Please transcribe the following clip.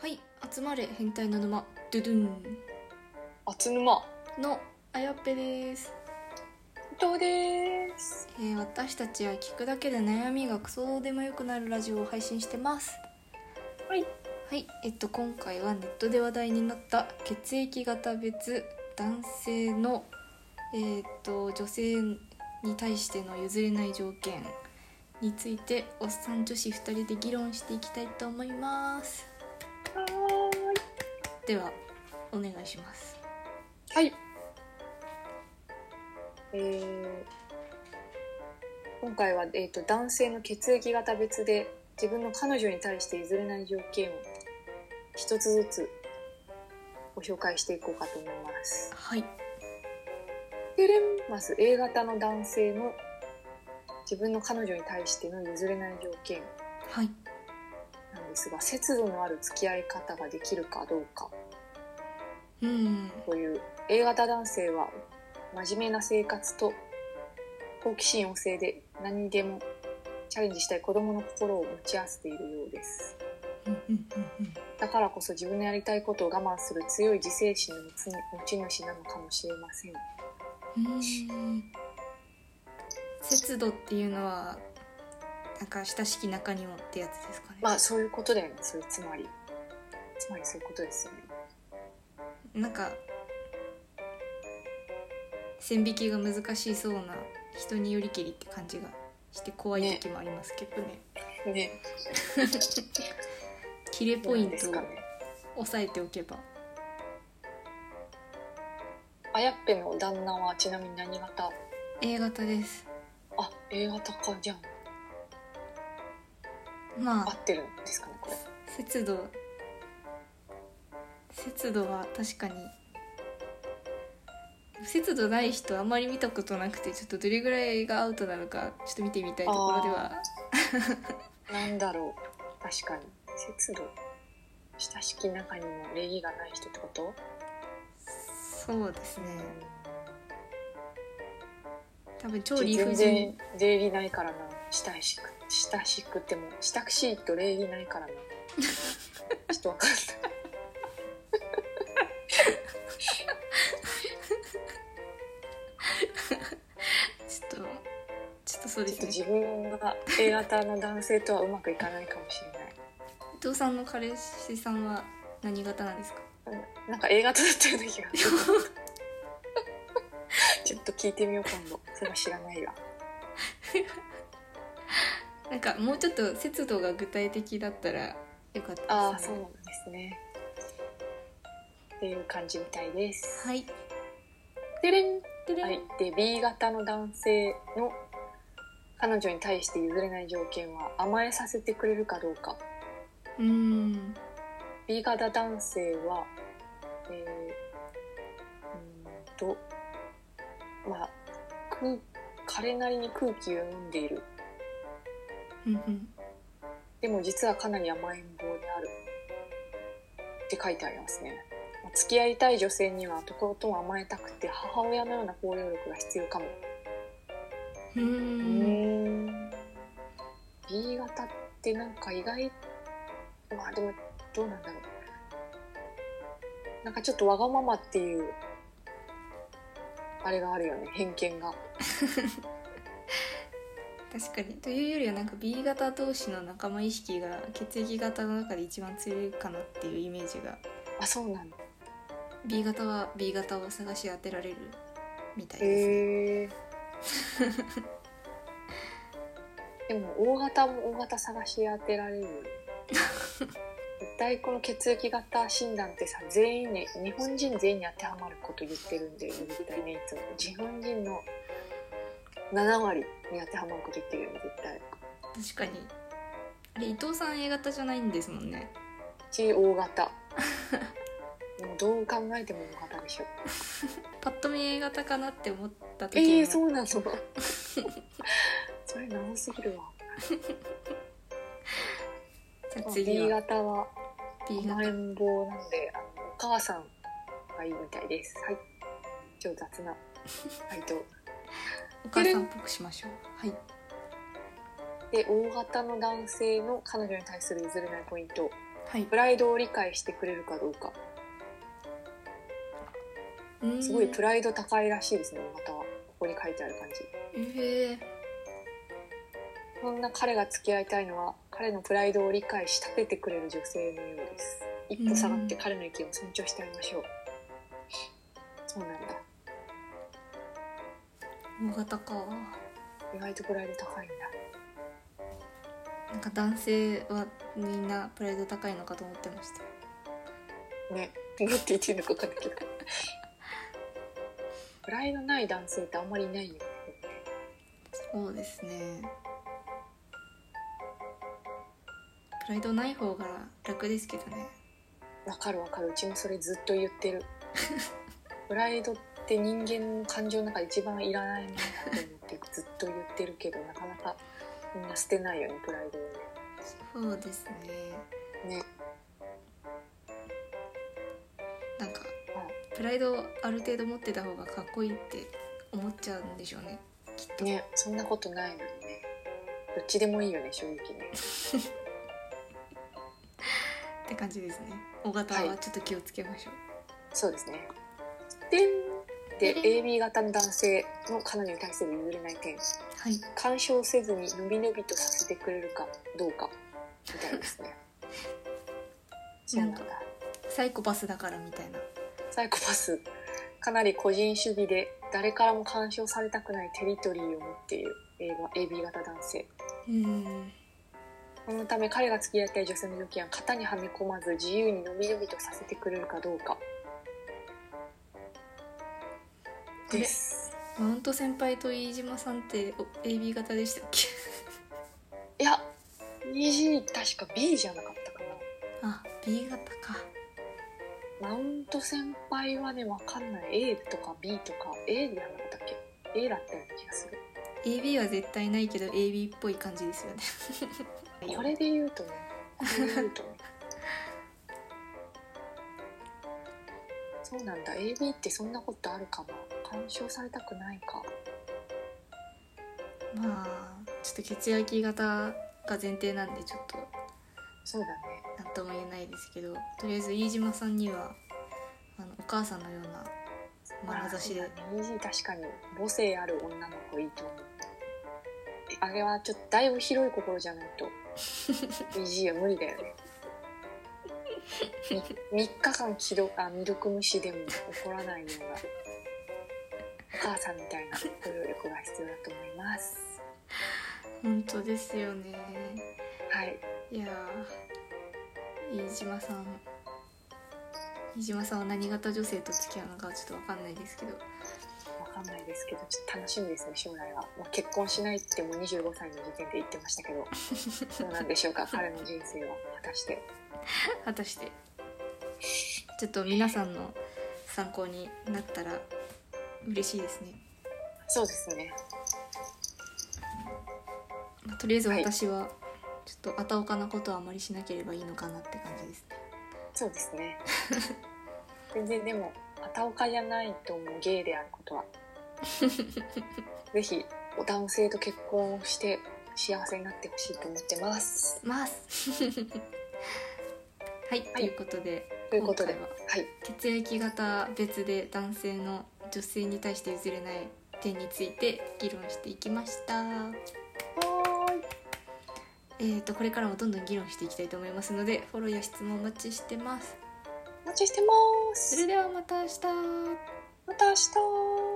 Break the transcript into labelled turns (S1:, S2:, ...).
S1: はい集まれ変態の沼ドゥドゥン
S2: あつぬま
S1: のあやっぺです、
S2: 伊藤です
S1: えー私たちは聞くだけで悩みがクソどうでもよくなるラジオを配信してます
S2: はい
S1: はいえっと今回はネットで話題になった血液型別男性のえーっと女性に対しての譲れない条件についておっさん女子2人で議論していきたいと思います
S2: は
S1: ではお願いします
S2: ーいはいえー、今回は、えー、と男性の血液型別で自分の彼女に対して譲れない条件を一つずつご紹介していこうかと思います
S1: はい
S2: てれんまず A 型の男性の自分の彼女に対しての譲れない条件
S1: はい
S2: なんですが節度のある付き合い方ができるかどうか
S1: うん
S2: という A 型男性は真面目な生活と好奇心旺盛で何にでもチャレンジしたい子どもの心を持ち合わせているようです
S1: うんうんうんうん
S2: だからこそ自分のやりたいことを我慢する強い自制心の持ち持ち主なのかもしれません
S1: うーん節度っていうのはなんか親しき中にもってやつですかね、
S2: まあそういうことだよねそれつまりつまりそういうことですよね
S1: なんか線引きが難しそうな人によりけりって感じがして怖い時もありますけどね
S2: ね
S1: キレポイン
S2: で
S1: ト
S2: す
S1: を
S2: かね
S1: 抑えておけば
S2: あやっぺの旦那はちなみに何型
S1: A 型です
S2: あ A 型かじゃん
S1: ま
S2: 合
S1: あ
S2: ってるんですかねこれ
S1: 節度節度は確かに節度ない人あんまり見たことなくてちょっとどれぐらいがアウトなのかちょっと見てみたいところでは
S2: なんだろう確かに節度親しき中にも礼儀がない人ってこと
S1: そうですね多分超理不尽
S2: 全然礼儀ないからな親しく親しくても親しいと礼儀な いからなちょっとわかんない
S1: ちょっとちょっとそうで
S2: ちょっと
S1: すね
S2: 自分が A 型の男性とはうまくいかないかもしれない
S1: 伊藤さんの彼氏さんは何型なんですか
S2: うんなんか A 型だったような気が するちょっと聞いてみよう今度それは知らないわ
S1: なんかもうちょっと節度が具体的だったらよかった
S2: あ
S1: で
S2: あ
S1: す
S2: そうなんですねっていう感じみたいです
S1: はい
S2: てれん
S1: でで
S2: はい、で B 型の男性の彼女に対して譲れない条件は甘えさせてくれるかどうか
S1: うーん
S2: B 型男性はえー、うーんとまあ空彼なりに空気を読んでいる
S1: うんうん
S2: でも実はかなり甘えん坊であるって書いてありますねまあ付き合いたい女性にはとことん甘えたくて母親のような包容力が必要かも
S1: うー
S2: うんーん B 型ってなんか意外まあでもどうなんだろうなんかちょっとわがままっていうあれがあるよね偏見が
S1: 確かにというよりはなんか B 型同士の仲間意識が血液型の中で一番強いかなっていうイメージが
S2: あそうなんだ
S1: B 型は B 型を探し当てられるみたいですね、
S2: へえ でも大型も大型探し当てられるよね絶対この血液型診断ってさ全員ね日本人全員に当てはまること言ってるんで絶対ねいつも日本人の7割に当てはまること言ってるよね絶対
S1: 確かにあれ伊藤さん A 型じゃないんですもんね
S2: うち大型もうどう考えても大型でしょ
S1: パッと見 A 型かなって思った時に
S2: ええそうなの それ長すぎるわ
S1: じゃあ次
S2: B
S1: は
S2: 型は
S1: B
S2: 甘
S1: 型
S2: えん坊なんであのお母さんがいいみたいですはい超雑 な回答
S1: お母さんっぽくしましょうはい
S2: で O 型の男性の彼女に対する譲れないポイント
S1: はい
S2: プライドを理解してくれるかどうか
S1: うん
S2: すごいプライド高いらしいですね大型はここに書いてある感じ
S1: へえ
S2: そんな彼が付き合いたいのは彼のプライドを理解し立ててくれる女性のようです一歩下がって彼の意見を尊重してあげましょうそうなんだ
S1: 大型か
S2: 意外とプライド高いんだ
S1: なんか男性はみんなプライド高いのかと思ってました
S2: ね、なんて言っていいのか分かんないけど。プライドない男性ってあんまりいないよね。
S1: そうですねプライドない方が楽ですけどね
S2: わかるわかる。うちもそれずっと言って る。プライドって人間の感情の中で一番いらないものだと思ってずっと言ってるけど、なかなかみんな捨てないよね、プライド
S1: そ
S2: を
S1: うですね
S2: ね。ね。
S1: なんかプライドをある程度持ってた方がかっこいいって思っちゃうんでしょうねきっと
S2: ね、そんなことないのにね。どっちでもいいよね、正直ね。
S1: って感じですね大型はちょっと気をつけましょう、
S2: そうですね。で、で AB 型の男性の彼女に対する譲れない点。
S1: はい、
S2: 干渉せずにのびのびとさせてくれるかどうかみたいですね。そうなんだ。
S1: サイコパスだからみたいな
S2: サイコパスかなり個人主義で誰からも干渉されたくないテリトリーを持っている A- AB 型男性。
S1: うん
S2: そのため彼が付き合いたい女性の条件は型にはめ込まず自由にのびのびとさせてくれるかどうか
S1: これ
S2: です。
S1: マウント先輩と飯島さんってお AB 型でしたっけ
S2: いや、20確か B じゃなかったかな。
S1: あ B 型か
S2: マウント先輩はね、わかんない。A とか B とか、A じゃなかったっけ ?A だったような気がする。
S1: AB は絶対ないけど AB っぽい感じですよね
S2: これで言うとね、これで言うとね。そうなんだ。AB ってそんなことあるかな干渉されたくないか。
S1: まあちょっと血液型が前提なんでちょっと
S2: そうだね。
S1: 何とも言えないですけどとりあえず飯島さんにはあのお母さんのような眼差しで
S2: あそうだね AB 確かに母性ある女の子いいと思う。あれはちょっとだいぶ広い心じゃないと BG は無理だよね。み3日間既読あ未読無視でも怒らないようなお母さんみたいなご協力が必要だと思います。
S1: 本当ですよね
S2: はい、
S1: いやー飯島さん飯島さんは何型女性と付き合うのかちょっと分かんないですけど
S2: わかんないですけどちょっと楽しみですね将来は。もう結婚しないってもう25歳の時点で言ってましたけどどうなんでしょうか彼の人生は果たして。
S1: 果たしてちょっと皆さんの参考になったら嬉しいですね、
S2: そうですね。
S1: まあとりあえず
S2: はい
S1: 私はちょっとあたおかなことはあまりしなければいいのかなって感じ ですね
S2: そうですね。全然でも、片岡じゃないと思う、ゲイであることは。ぜひ、お男性と結婚をして、幸せになってほしいと思ってます。
S1: ますはい、ということで
S2: ということで、
S1: 今
S2: は
S1: 回
S2: い、
S1: 血液型別で男性の女性に対して譲れない点について議論していきました。えー、とこれからもどんどん議論していきたいと思いますのでフォローや質問お待ちしてます
S2: お待ちしてま
S1: そ
S2: す
S1: れ。ではまた明日
S2: また明日。